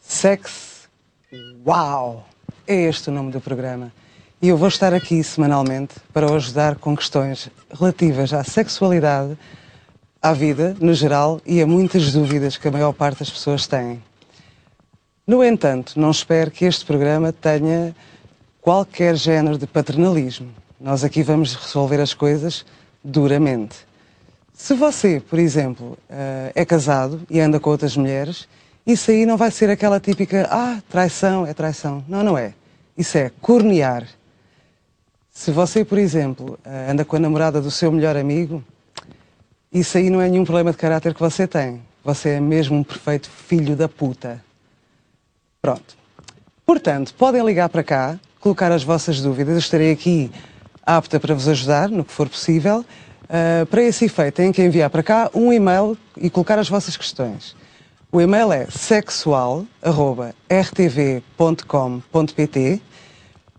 Sex Wow! É este o nome do programa. E eu vou estar aqui semanalmente para o ajudar com questões relativas à sexualidade, à vida no geral e a muitas dúvidas que a maior parte das pessoas têm. No entanto, não espero que este programa tenha qualquer género de paternalismo. Nós aqui vamos resolver as coisas duramente. Se você, por exemplo, eh, é casado e anda com outras mulheres, isso aí não vai ser aquela típica, ah, traição é traição. Não, não é. Isso é cornear. Se você, por exemplo, eh, anda com a namorada do seu melhor amigo, isso aí não é nenhum problema de caráter que você tem. Você é mesmo um perfeito filho da puta. Pronto. Portanto, podem ligar para cá, colocar as vossas dúvidas. Eu estarei aqui apta para vos ajudar no que for possível. Ah, para esse efeito, têm que enviar para cá um e-mail e colocar as vossas questões. O e-mail é sexual.rtv.com.pt.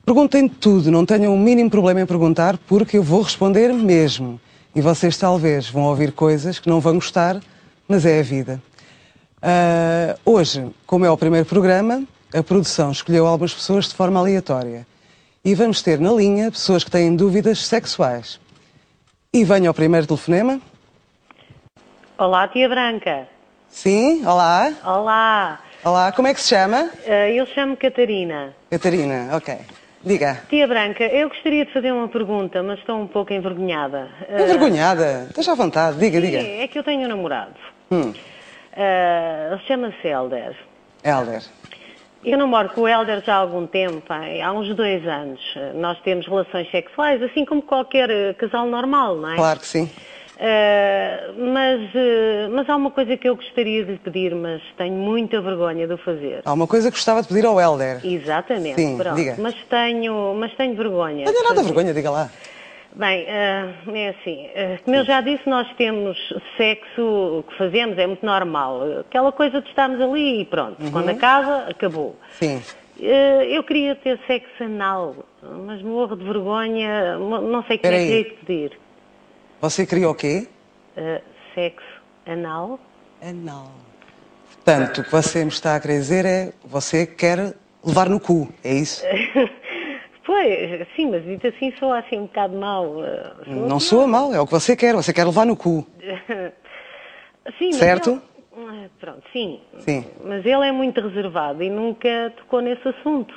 Perguntem tudo, não tenham o mínimo problema em perguntar, porque eu vou responder mesmo. E vocês talvez vão ouvir coisas que não vão gostar, mas é a vida. Ah, hoje, como é o primeiro programa, a produção escolheu algumas pessoas de forma aleatória. E vamos ter na linha pessoas que têm dúvidas sexuais. E venho ao primeiro telefonema. Olá, tia Branca. Sim, olá. Olá. Olá, como é que se chama? Ah, eu chamo Catarina. Catarina, ok. Diga. Tia Branca, eu gostaria de fazer uma pergunta, mas estou um pouco envergonhada. Ah, Envergonhada, esteja à vontade, diga, diga. é que eu tenho um namorado. Hum, Ah, ele chama-se Helder. Helder. Eu namoro com o Helder já há algum tempo, há uns dois anos. Ah, Nós temos relações sexuais, assim como qualquer ah, casal normal, não é? Claro que sim. Uh, mas, uh, mas há uma coisa que eu gostaria de lhe pedir, mas tenho muita vergonha de o fazer. Há uma coisa que gostava de pedir ao Helder. Exatamente, Sim, pronto. diga. Mas tenho, mas tenho vergonha. Não tenha nada de vergonha, diga lá. Bem, ah, é assim, ah, como eu já disse, nós temos sexo, o que fazemos é muito normal. Aquela coisa de estarmos ali e pronto, Uhum. quando acaba, acabou. Sim. Ah, eu queria ter sexo anal, mas morro de vergonha, mo- não sei como é Peraí. que é de pedir. Você queria o quê? Ah, sexo anal? Anal. Portanto, o que você me está a querer dizer é você quer levar no cu, é isso? Pois, sim, mas dito assim sou assim um bocado mal. Não soa mal, é o que você quer, você quer levar no cu. Sim, mas Certo? ele- Ah, Pronto, sim. Sim. Mas ele é muito reservado e nunca tocou nesse assunto.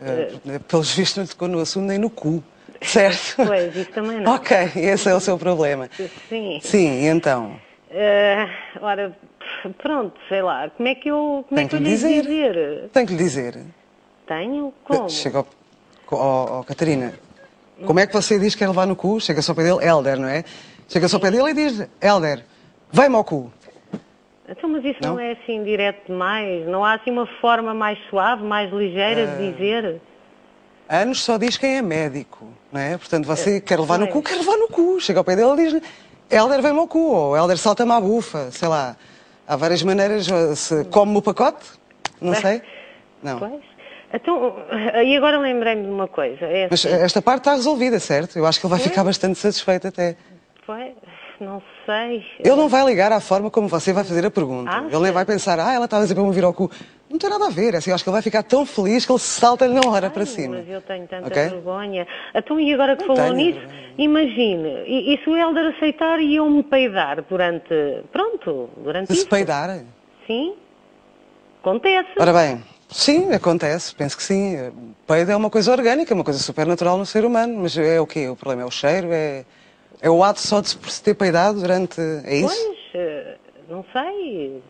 É. Eh, Pelos vistos não tocou no assunto nem no cu, certo? Pois, isso também não. Ok, esse é o seu problema. Sim. Sim, e então? Ah, ora, pff, pronto, sei lá, como é que eu, como é Tem que que eu lhe lhe dizer. dizer? Tenho que lhe dizer. Tenho? Como? Chega ao, co- ao- ao Catarina. Como é que você diz que quer levar no cu? Chega-se ao pé dele, Helder, não é? Chega-se ao pé dele e diz, Helder, vai-me ao cu. Então, mas isso não? Não? é assim direto demais? Não há assim uma forma mais suave, mais ligeira Ah, de dizer? Anos só diz quem é médico, não é? Portanto, você quer levar no pois. cu, quer levar no cu. Chega ao pé dele e diz-lhe, Helder, vem-me ao cu, ou Helder, salta-me à bufa, sei lá. Há várias maneiras, ou se come-me o pacote, não sei. Não. Pois. Então, e agora lembrei-me de uma coisa. É Mas assim, esta parte está resolvida, certo? Eu acho que ele vai ficar bastante satisfeito até. pois, não sei. eh, Ele não vai ligar à forma como você vai fazer a pergunta. Ah, ele nem vai pensar, ah, ela está a dizer para me vir ao cu. Não tem nada a ver, assim, eu acho que ele vai ficar tão feliz que ele salta-lhe na hora para Ai, cima. Mas eu tenho tanta Ok? vergonha. Então, e agora que Não falou tenho nisso, vergonha. imagine, e, e se o Helder aceitar e eu me peidar durante. Pronto, durante. De se isso? peidar. Sim. Acontece. Ora bem, sim, acontece, penso que sim. Peido é uma coisa orgânica, uma coisa super natural no ser humano, mas é o quê? O problema é o cheiro, é, é o ato só de se se ter peidado durante. É isso? pois, eh, não sei.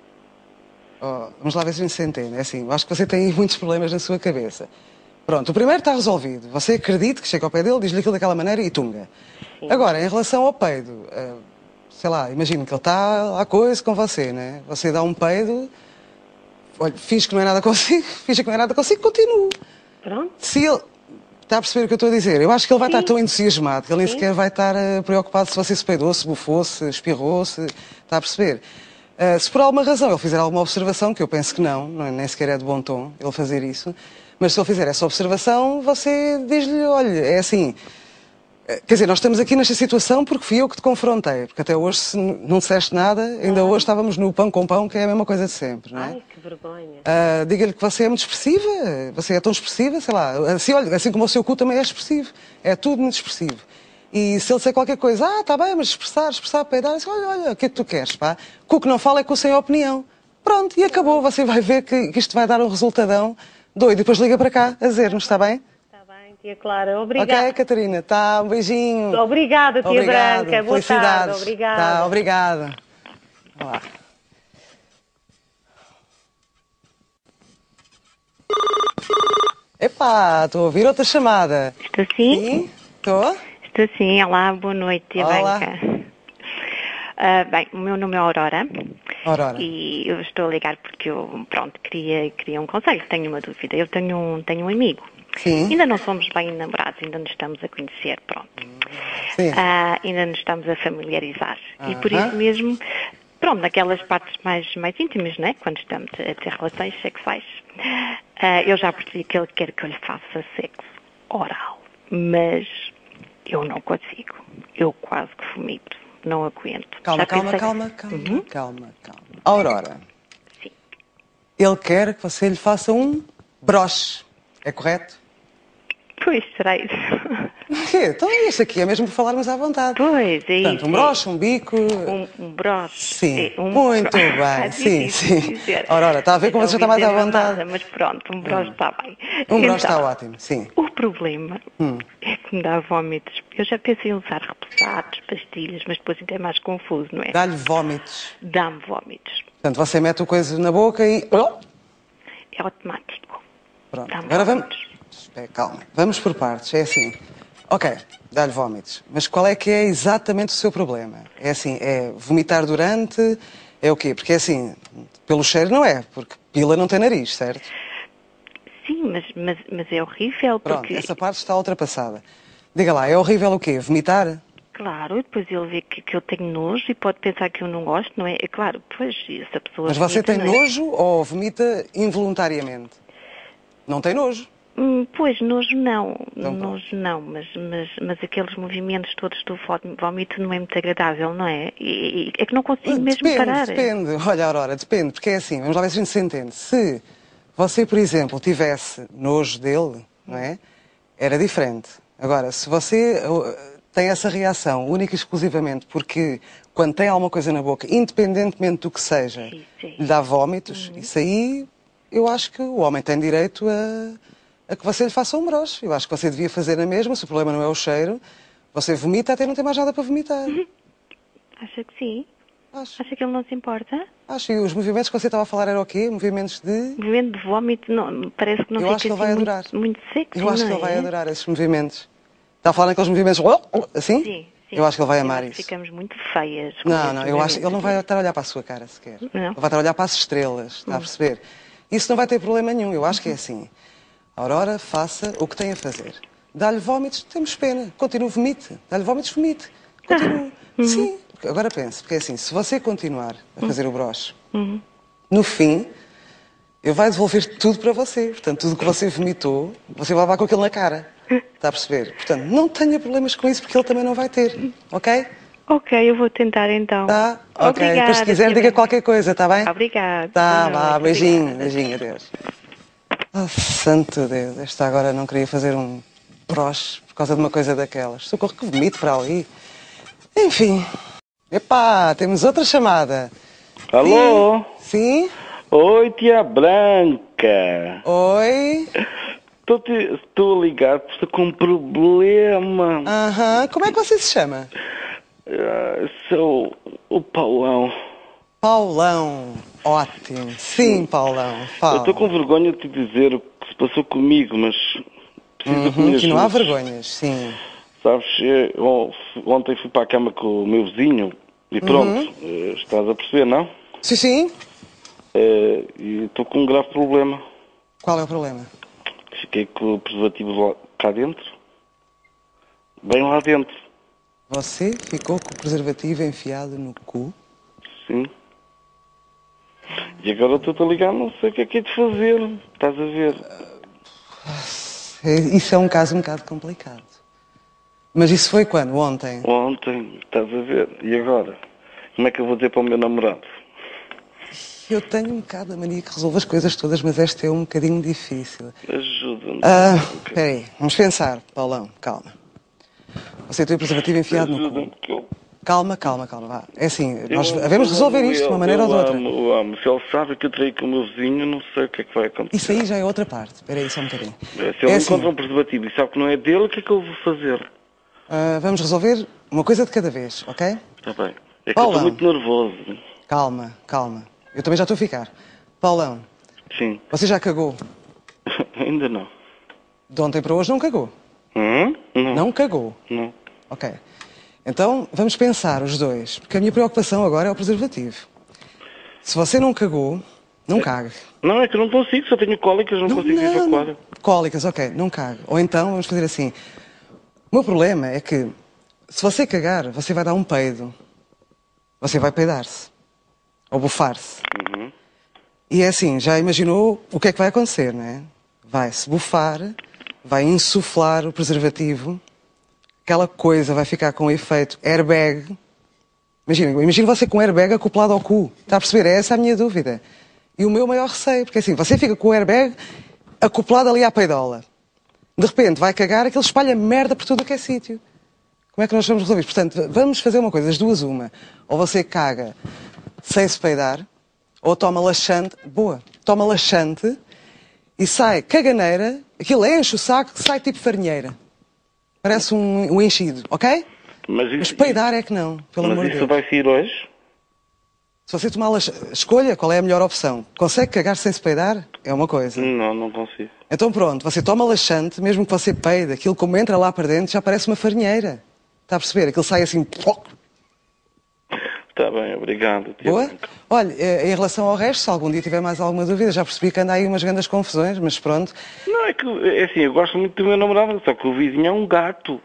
Oh, vamos lá ver se a gente se entende. É assim, eu acho que você tem aí muitos problemas na sua cabeça. Pronto, o primeiro está resolvido. Você acredita que chega ao pé dele, diz-lhe aquilo daquela maneira e tunga. Agora, em relação ao peido, ah, sei lá, imagino que ele está à coisa com você, né? Você dá um peido, olha, fiz que não é nada consigo, fiz que não é nada consigo, continuo. Pronto. Se ele. Está a perceber o que eu estou a dizer? Eu acho que ele vai estar tão entusiasmado que ele nem sequer vai estar eh, preocupado se você se peidou, se bufou, se espirrou, se. Está a perceber? Eh, se por alguma razão ele fizer alguma observação, que eu penso que não, não é- nem sequer é de bom tom ele fazer isso, mas se ele fizer essa observação, você diz-lhe: olha, é assim, eh, Quer dizer, nós estamos aqui nesta situação porque fui eu que te confrontei, porque até hoje se n- não disseste nada, ainda hoje estávamos no pão com pão, que é a mesma coisa de sempre, não é? Ai, que vergonha. Ah, Diga-lhe que você é muito expressiva, você é tão expressiva, sei lá, assim, olha, assim como o seu cu também é expressivo, é tudo muito expressivo. E se ele disser qualquer coisa, ah, está bem, mas expressar, expressar, peidar, assim, olha, olha, o que é que tu queres, pá? Cu que não fala é cu sem opinião. Pronto, e acabou, você vai ver que, que isto vai dar um resultadão doido. E depois liga para cá a dizer-nos, está bem? Está Tá bem, tia Clara. Obrigada. Ok, Catarina, tá, um beijinho. Obrigada, tia Obrigado, Branca. Boa tarde. felicidades. Obrigada. Tá, obrigada. Olá. Epá, estou a ouvir outra chamada. Estou sim? Estou? Estou sim. Olá, boa noite, tia Olá. Branca. Ah, bem, o meu nome é Aurora Aurora. e eu estou a ligar porque eu, pronto, queria, queria um conselho, tenho uma dúvida. Eu tenho um, tenho um amigo. Sim, Ainda não somos bem namorados, ainda nos estamos a conhecer, pronto. sim. Ah, ainda nos estamos a familiarizar. E por Aham. isso mesmo, pronto, naquelas partes mais, mais íntimas, né? quando estamos a ter relações sexuais, ah, eu já percebi que ele quer que eu lhe faça sexo oral, mas eu não consigo. Eu quase que vomito, não aguento. Calma, Já calma, pensei- calma, calma, Uhum, calma, calma. Aurora, sim. ele quer que você lhe faça um broche, é correto? Pois, será isso? O quê? Então é isso aqui, é mesmo para falarmos à vontade. pois, é Portanto, isso. um broche, um bico, Um, um broche. Sim, é, um muito broche. bem, É sim, difícil sim. dizer. Aurora, está a ver como Eu você está mais à ouvi dizer vontade? nada, Mas pronto, um broche está bem. um broche Então, está ótimo, sim. O problema Hum. é que me dá vómitos. Eu já pensei em usar repousados, pastilhas, mas depois ainda é mais confuso, não é? Dá-lhe vómitos. Dá-me vómitos. Portanto, você mete o coisa na boca e. Oh! É automático. Pronto, Dá-me agora vamos. vómitos. Espera, calma. Vamos por partes, é assim. Ok, dá-lhe vómitos. Mas qual é que é exatamente o seu problema? É assim, é vomitar durante. É o quê? Porque é assim, pelo cheiro não é, porque pila não tem nariz, certo? Sim, mas, mas, mas é horrível Pronto, porque, essa parte está ultrapassada. Diga lá, é horrível o quê? Vomitar? claro, depois ele vê que, que eu tenho nojo e pode pensar que eu não gosto, não é? É claro, pois, essa pessoa... Mas você vomita, tem não é? nojo ou vomita involuntariamente? Não tem nojo. Hum, Pois, nojo não, Então, pronto. nojo não, mas, mas, mas aqueles movimentos todos do vó- vómito não é muito agradável, não é? E, e- é que não consigo mesmo depende, parar. depende. Olha, Aurora, depende, porque é assim, vamos lá ver se a gente se entende. Se você, por exemplo, tivesse nojo dele, não é? Era diferente. Agora, se você uh, tem essa reação única e exclusivamente porque quando tem alguma coisa na boca, independentemente do que seja, Sim, sim. Uhum. lhe dá vómitos, isso aí eu acho que o homem tem direito a, a que você lhe faça um broche. Eu acho que você devia fazer na mesma, se o problema não é o cheiro, você vomita até não tem mais nada para vomitar. Uhum. Acha que sim? Acho. Acha que ele não se importa? Acho, e os movimentos que você estava a falar eram o quê? Movimentos de. Movimento de vómito não, parece que não Eu fica acho que ele assim vai muito, adorar. muito sexy, Eu acho não que ele vai é? adorar esses movimentos. Está a falar naqueles movimentos. Assim? Sim, sim. Eu acho que ele vai Eu amar acho que isso. Ficamos muito feias. com Não, esses não, eu Hum. acho ele não vai movimentos. estar a olhar para a sua cara sequer. Não? Ele vai estar a olhar para as estrelas, está a perceber? Isso não vai ter problema nenhum, eu acho que é assim. Aurora, faça o que tem a fazer. Dá-lhe vómitos, temos pena. Continua, vomite. Dá-lhe vómitos, vomite. Continua. Sim, porque agora pense, porque é assim, se você continuar a fazer o broche, no fim, eu vai devolver tudo para você. Portanto, tudo que você vomitou, você vai levar com aquilo na cara. Está a perceber? Portanto, não tenha problemas com isso, porque ele também não vai ter. Ok? Ok, eu vou tentar então. Tá? Ok. Obrigada. Depois, se quiser, tia diga Branca. qualquer coisa, está bem? Obrigada. Tá, Boa vá, noite, beijinho, obrigada. beijinho, adeus. Oh, santo Deus, esta agora não queria fazer um broche por causa de uma coisa daquelas. Socorro que vomito para ali. Enfim. Epá, temos outra chamada. Alô? Sim? Oi, tia Branca. Oi? Tô te- Estou ligado porque estou com um problema. Aham. Como é que você se chama? Ah, sou o Paulão. Paulão. Ótimo. Sim, Paulão. Eu Fala. estou com vergonha de te dizer o que se passou comigo, mas preciso de Uhum, minhas que não há ajudas. vergonhas, sim. Sabes, eu, ontem fui para a cama com o meu vizinho e pronto, Uhum. eh, estás a perceber, não? Sim, sim. Eh, E estou com um grave problema. Qual é o problema? Fiquei com o preservativo lá, cá dentro. Bem lá dentro, Você ficou com o preservativo enfiado no cu? sim. E agora estou-te a ligar, não sei o que é que é de fazer. Estás a ver? Eh, É, Isso é um caso um bocado complicado. Mas isso foi quando? Ontem? Ontem, estás a ver? E agora? Como é que eu vou dizer para o meu namorado? Eu tenho um bocado a mania que resolvo as coisas todas, mas esta é um bocadinho difícil. Ajuda-me. Ah, espera aí, vamos pensar, Paulão, calma. Você tem o preservativo enfiado no cu. Ajuda-me que eu. Calma, calma, calma, vá. É assim, eu nós amo- devemos resolver eu isto de uma amo, maneira ou de eu outra. Amo, eu amo. Se ele sabe que eu traí com o meu vizinho, não sei o que é que vai acontecer. Isso aí já é outra parte. Espera aí só um bocadinho. Se ele É assim, encontra um preservativo e sabe que não é dele, o que é que eu vou fazer? ah, vamos resolver uma coisa de cada vez, ok? Está bem. É que eu Paula. estou muito nervoso. Calma, calma. Eu também já estou a ficar. Paulão, Sim. você já cagou? Ainda não. De ontem para hoje não cagou? Hum? Não. Não cagou. Não. Ok. Então, vamos pensar os dois, porque a minha preocupação agora é o preservativo. Se você não cagou, não cague. Não, é que eu não consigo, só tenho cólicas, não, consigo evacuar. Cólicas, ok, não cague. Ou então, vamos fazer assim. O meu problema é que, se você cagar, você vai dar um peido. Você vai peidar-se. Ou bufar-se. Uhum. E é assim, já imaginou o que é que vai acontecer, não é? Vai-se bufar, vai insuflar o preservativo, aquela coisa vai ficar com o efeito airbag. Imagina, imagina você com o airbag acoplado ao cu. Está a perceber? É essa a minha dúvida. E o meu maior receio, porque assim, você fica com o airbag acoplado ali à peidola. De repente vai cagar, aquilo espalha merda por tudo o que é sítio. Como é que nós vamos resolver isto? Portanto, vamos fazer uma coisa, as duas uma. Ou você caga sem se peidar, ou toma laxante, boa, toma laxante e sai caganeira, aquilo enche o saco, sai tipo farinheira. Parece um, um enchido, ok? Mas isso, Mas peidar é que não, pelo mas amor de isso Deus. vai sair hoje? Se você tomar lax... escolha qual é a melhor opção. Consegue cagar sem se peidar? É uma coisa. Não, não consigo. Então pronto, você toma laxante, mesmo que você peide, aquilo como entra lá para dentro já parece uma farinheira. Está a perceber? Aquilo sai assim, ploc, Está Tá bem, obrigado. tia Boa. Branca. Olha, eh, em relação ao resto, se algum dia tiver mais alguma dúvida, já percebi que anda aí umas grandes confusões, mas pronto. Não, é que, é assim, eu gosto muito do meu namorado, só que o vizinho é um gato.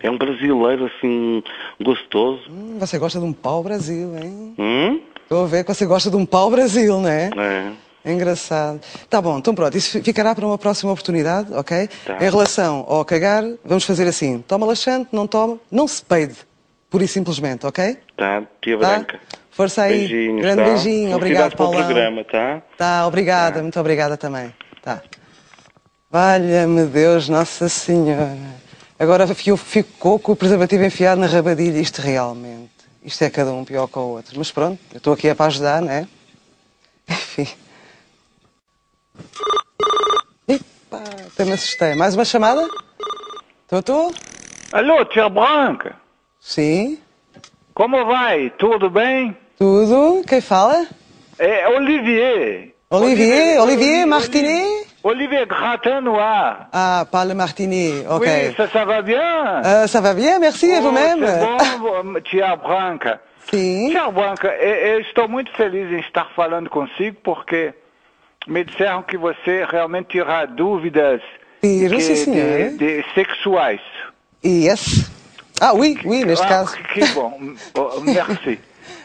É um brasileiro, assim, gostoso. Hum, Você gosta de um pau-brasil, hein? Hum? Estou a ver que você gosta de um pau-brasil, não é? É. É Engraçado. Tá bom, então pronto, isso fi- ficará para uma próxima oportunidade, ok? Tá. Em relação ao cagar, vamos fazer assim: toma laxante, não toma, não se peide, pura e simplesmente, ok? Tá, tia Tá? Branca. Força aí. Beijinhos, Grande tá? beijinho, obrigado, Felicidades para o Paulão. programa, tá? Tá, obrigada, muito obrigada também. Tá. Valha-me Deus, Nossa Senhora. Agora fi- ficou com o preservativo enfiado na rabadilha, isto realmente. Isto é cada um pior que o outro. Mas pronto, eu estou aqui é para ajudar, não é? Enfim. Epá, até me assustei. Mais uma chamada? Totó? Alô, tia Branca, Sim. como vai? Tudo bem? Tudo? Quem fala? É Olivier. Olivier? Olivier Martinet? Olivier Gratin Noir. Ah, Paulo Martinet, ok. Oui, ça, ça va bien? Ah, ça va bien, merci, et Oh, vous-même. c'est bom, tia Branca. Sim, Tia Branca, eu, eu estou muito feliz em estar falando consigo porque me disseram que você realmente tira dúvidas Tiro, sim, é. senhora. de, de sexuais. yes. Ah, oui, oui, neste Ah, caso. Que bom, Oh, merci.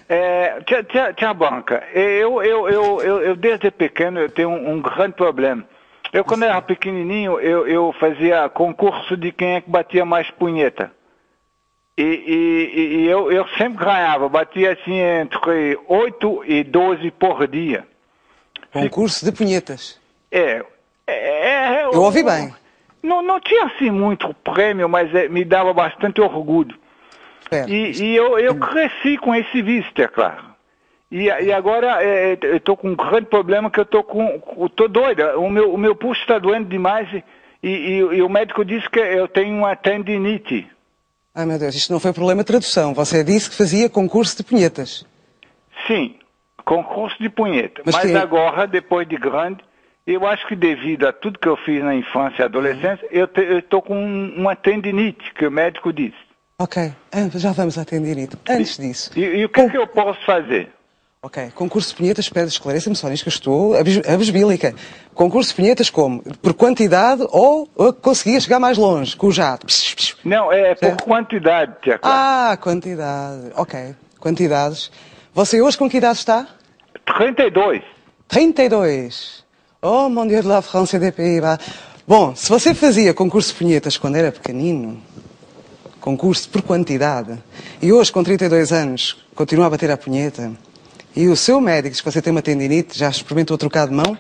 É, tia, tia, tia Branca, eu, eu, eu, eu, eu desde pequeno eu tenho um, um grande problema. Eu quando era pequenininho, eu, eu fazia concurso de quem é que batia mais punheta. E, e- e- e eu, eu sempre ganhava, batia assim entre 8 e 12 por dia. Concurso de punhetas. É, é, é, Eu ouvi bem. Não, não tinha assim muito prêmio, mas eh, me dava bastante orgulho. Espera. E, e eu, eu cresci com esse vício, é claro. E, e agora é, é, eu tô com um grande problema que eu tô com. Eu tô doida. O meu, o meu pulso está doendo demais e, e- e o médico disse que eu tenho uma tendinite. Ai, meu Deus, isto não foi problema de tradução. Você disse que fazia concurso de punhetas. Sim, concurso de punheta. Mas Mas, que- agora, depois de grande, eu acho que devido a tudo que eu fiz na infância e adolescência, eu, te, eu tô com um, uma tendinite, que o médico disse. Ok, an- já vamos atender isso. Antes disso. E, e o que, que eu posso fazer? Ok, concurso de punhetas, espera, esclareça-me só nisto que eu estou abis- abisbílica. Concurso de punhetas como? Por quantidade ou ou conseguia chegar mais longe, com o jato? Psh, psh. Não, é por Certo. quantidade, Tia Clara. Ah, quantidade. Ok, quantidades. Você hoje com que idade está? 32. 32. Oh, mon Dieu de la France et des Pays-Bas. Bom, se você fazia concurso de punhetas quando era pequenino, concurso por quantidade. E hoje, com 32 anos, continua a bater a punheta. E o seu médico diz que você tem uma tendinite, já experimentou trocar de mão?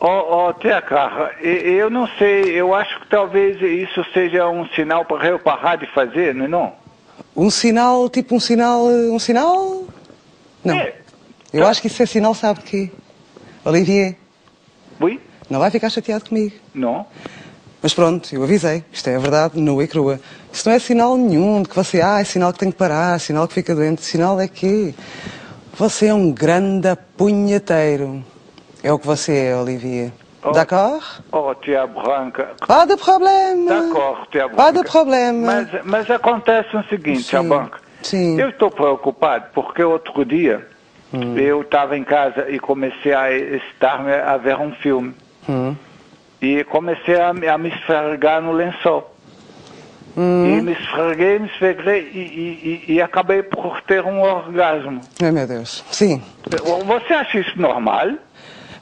Ó, oh, Tia Carla, e- eu não sei, eu acho que talvez isso seja um sinal para eu parar de fazer, não é não? Um sinal, tipo um sinal. eh, Um sinal? Não. É. Eu acho que isso é sinal, sabe de quê? Olivier, Ui? não vai ficar chateado comigo. Não? Mas pronto, eu avisei. Isto é a verdade nua e crua. Isso não é sinal nenhum de que você, ah, é sinal que tem que parar, sinal que fica doente. Sinal é que você é um grande punheteiro. É o que você é, Olivier. Oh. D'accord? Ó, Tia Branca, Pas de problema. D'accord, Tia Branca. Pas de problema. Mas, mas acontece o seguinte, Tia Sim, Branca. sim. Hum. Eu estou preocupado porque outro dia eu estava em casa e comecei a estar a ver um filme. Hum. E comecei a, me- a me esfregar no lençol. Hum. E me esfreguei, me esfreguei e, e- e- e acabei por ter um orgasmo. Ai, meu Deus. Sim. Você acha isso normal?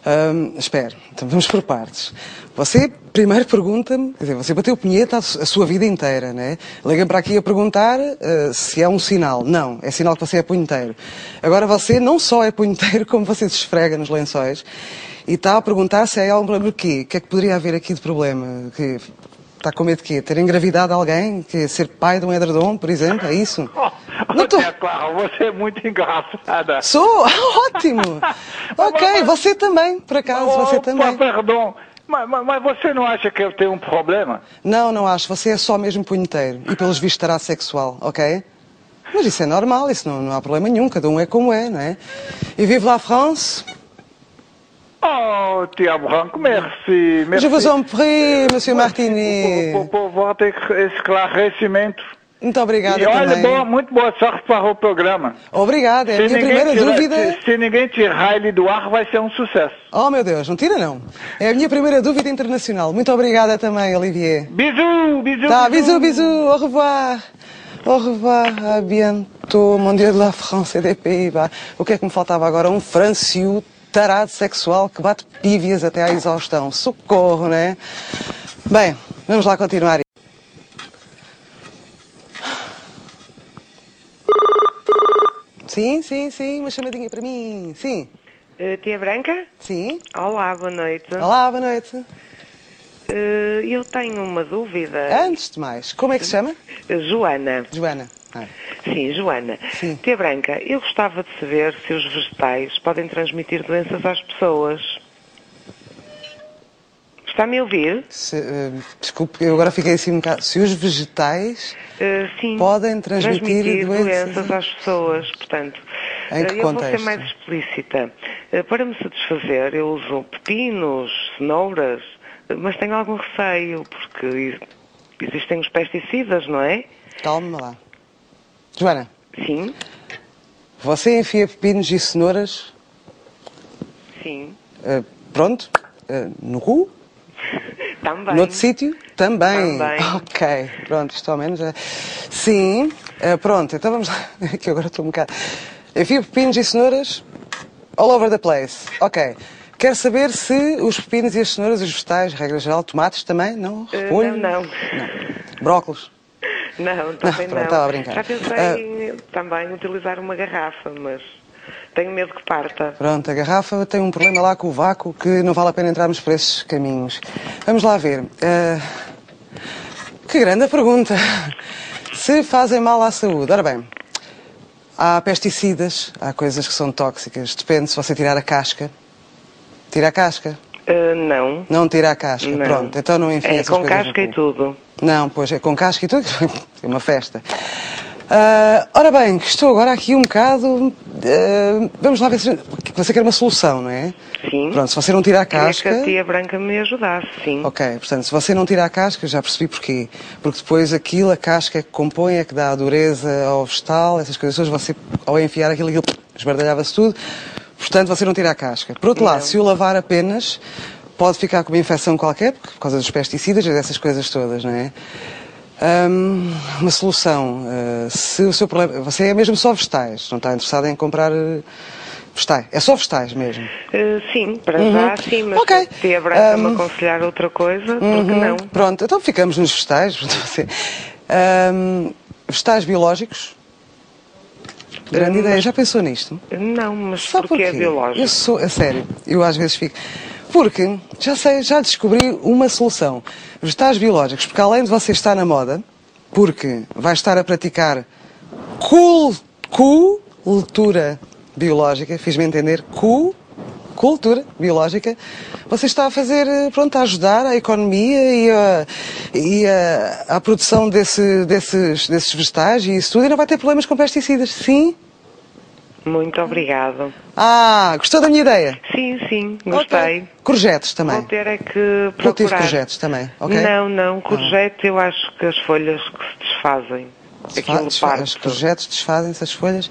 Hum, espera, então vamos por partes. Você primeiro pergunta-me, quer dizer, você bateu punheta a su- a sua vida inteira, né? Liga para aqui a perguntar eh, se é um sinal. Não, é sinal que você é punheteiro. Agora você não só é punheteiro, como você se esfrega nos lençóis e está a perguntar se é algum problema de quê? O que é que poderia haver aqui de problema? Que está com medo de quê? Ter engravidado alguém? Que ser pai de um edredom, por exemplo? É isso? Não Oh, tô- Tia Clara, você é muito engraçada. Sou! Ótimo! Ok, você também, por acaso, você Opa, também. perdão. Mas, mas- mas você não acha que eu tenho um problema? Não, não acho. Você é só mesmo punheteiro e pelos vistos estará sexual, ok? Mas isso é normal, isso não, não há problema nenhum, cada um é como é, não é? E vive lá France? Oh, Tia Branco, merci. merci. Je vous en prie, Monsieur Por, Martini. por, por ter esclarecimento. Muito obrigada e olha, também. boa, muito boa sorte para o programa. Obrigada, é a minha primeira tirar, dúvida. se- se ninguém tirar ele do ar, vai ser um sucesso. Oh meu Deus, não tira não. É a minha primeira dúvida internacional. Muito obrigada também, Olivier. Bisu, bisu. Tá, bisous, bisous, au revoir. Au revoir, à bientôt, mon Dieu de la France et des Pays-Bas. O que é que me faltava agora? Um francio tarado sexual que bate pívias até à exaustão. Socorro, né? Bem, vamos lá continuar. Sim, sim, sim, uma chamadinha para mim. Sim, Eh, tia Branca? sim. Olá, boa noite. Olá, boa noite. Eh, eu tenho uma dúvida. Antes de mais, como é que se chama? Eh, Joana. Joana. Ah. Sim, Joana. Sim. Tia Branca, eu gostava de saber se os vegetais podem transmitir doenças às pessoas. Está-me a ouvir? Se, eh, desculpe, eu agora fiquei assim um bocado. Se os vegetais. Eh, sim. Podem transmitir doenças. doenças. às pessoas, portanto. Em eh, que eu vou contexto? ser mais explícita. Eh, Para me satisfazer, eu uso pepinos, cenouras, eh, mas tenho algum receio, porque e- existem os pesticidas, não é? Calma lá. Joana, Sim, você enfia pepinos e cenouras. sim. eh, pronto? eh, no cu? Também. Noutro sítio? Também. Também. Ok, pronto, isto ao menos. é- Sim, eh, pronto, então vamos lá. Que eu agora estou um bocado. Enfio pepinos e cenouras all over the place. Ok. Quero saber se os pepinos e as cenouras, os vegetais, regra geral, tomates também? Não? Eh, Repolho? não, não. Brócolos? Não, também pronto, não. estava a brincar. Já pensei Ah. em, também utilizar uma garrafa, mas tenho medo que parta. Pronto, a garrafa tem um problema lá com o vácuo que não vale a pena entrarmos por esses caminhos. Vamos lá ver. Ah, que grande a pergunta. Se fazem mal à saúde. Ora bem, há pesticidas, há coisas que são tóxicas. Depende se você tirar a casca. Tira a casca. Eh, não. Não tira a casca. não. Pronto, então não enfia É essas com coisas no casca e cu. tudo. Não, pois é com casca e tudo, é uma festa. Ah, ora bem, estou agora aqui um bocado. ah, vamos lá ver se. Você quer uma solução, não é? Sim. Pronto, se você não tirar a Queria que casca. a tia branca me ajudasse, sim. Ok, portanto, se você não tirar a casca, já percebi porquê. Porque depois aquilo, a casca que compõe, é que dá a dureza ao vegetal, essas coisas todas, você, ao enfiar aquilo, aquilo esbardalhava-se tudo. Portanto, você não tira a casca. Por outro lado, se o lavar apenas, pode ficar com uma infecção qualquer, porque- por causa dos pesticidas e dessas coisas todas, não é? Hum, uma solução. eh, se o seu problema. Você é mesmo só vegetais, não está interessado em comprar. eh, Vegetais, é só vegetais mesmo. Eh, sim, para já sim, mas Uhum. Ok. Hum. Uhum. se a tia branca Ahm. me aconselhar outra coisa, porque não? Pronto, então ficamos nos vegetais. portanto, você- Ahm, vegetais biológicos? Grande ideia. Já pensou nisto? Não, mas Sabe porque é porquê? biológico. Eu sou, a sério, eu às vezes fico. Porque já sei, já descobri uma solução. Vegetais biológicos, porque além de você estar na moda, porque vai estar a praticar cul- cultura biológica, fiz-me entender, cu- cultura biológica, você está a fazer, eh, pronto, a ajudar a economia e a, e a, a produção desse- desses, desses vegetais e isso tudo, e não vai ter problemas com pesticidas, sim? Muito obrigado. Ah, gostou da minha ideia? Sim, sim, gostei. Ok. Courgettes também. Vou ter é que Não tive procurar. courgettes também, ok? Ah. Não, não, courgette eu acho que as folhas que se desfazem. Desfa- Aquilo desfa- Os parte. courgettes desfazem-se as folhas.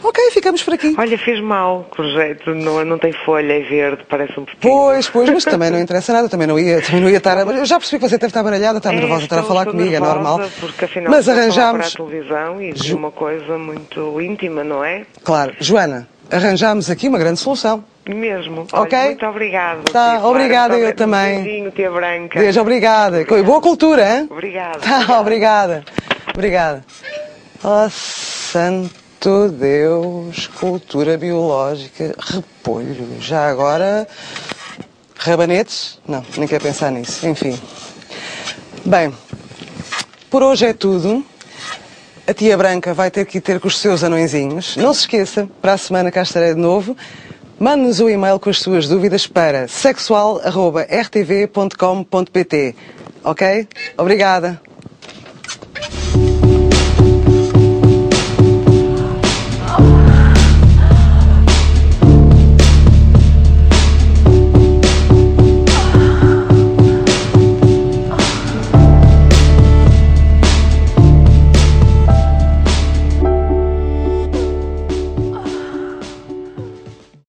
Ok, ficamos por aqui. Olha, fez mal, courgette, não, não tem folha, é verde, parece um pepino. Pois, pois, mas também não interessa nada, também não ia, também não ia estar. a- Eu já percebi que você deve estar baralhada, está É, tá nervosa, estar a estou- falar estou comigo, é nervosa, normal. Porque afinal mas estou a falar arranjámos, para a televisão e de Ju- uma coisa muito íntima, não é? claro, Joana, arranjámos aqui uma grande solução. Mesmo. Ok. Olha, muito obrigada. Tá, tia Clara, obrigada muito eu obri- também. Um beijinho, tia Branca. Deus, obrigada. Co- Boa cultura, hein? Obrigada. Tá, obrigada. Obrigada. Oh, santo Deus, cultura biológica, repolho. Já agora, rabanetes? Não, nem quero pensar nisso. Enfim. Bem, por hoje é tudo. A tia Branca vai ter que ir ter com os seus anõezinhos. Não se esqueça, para a semana cá estarei de novo. Mande-nos um e-mail com as suas dúvidas para sexual.rtv.com.pt. Ok? Obrigada.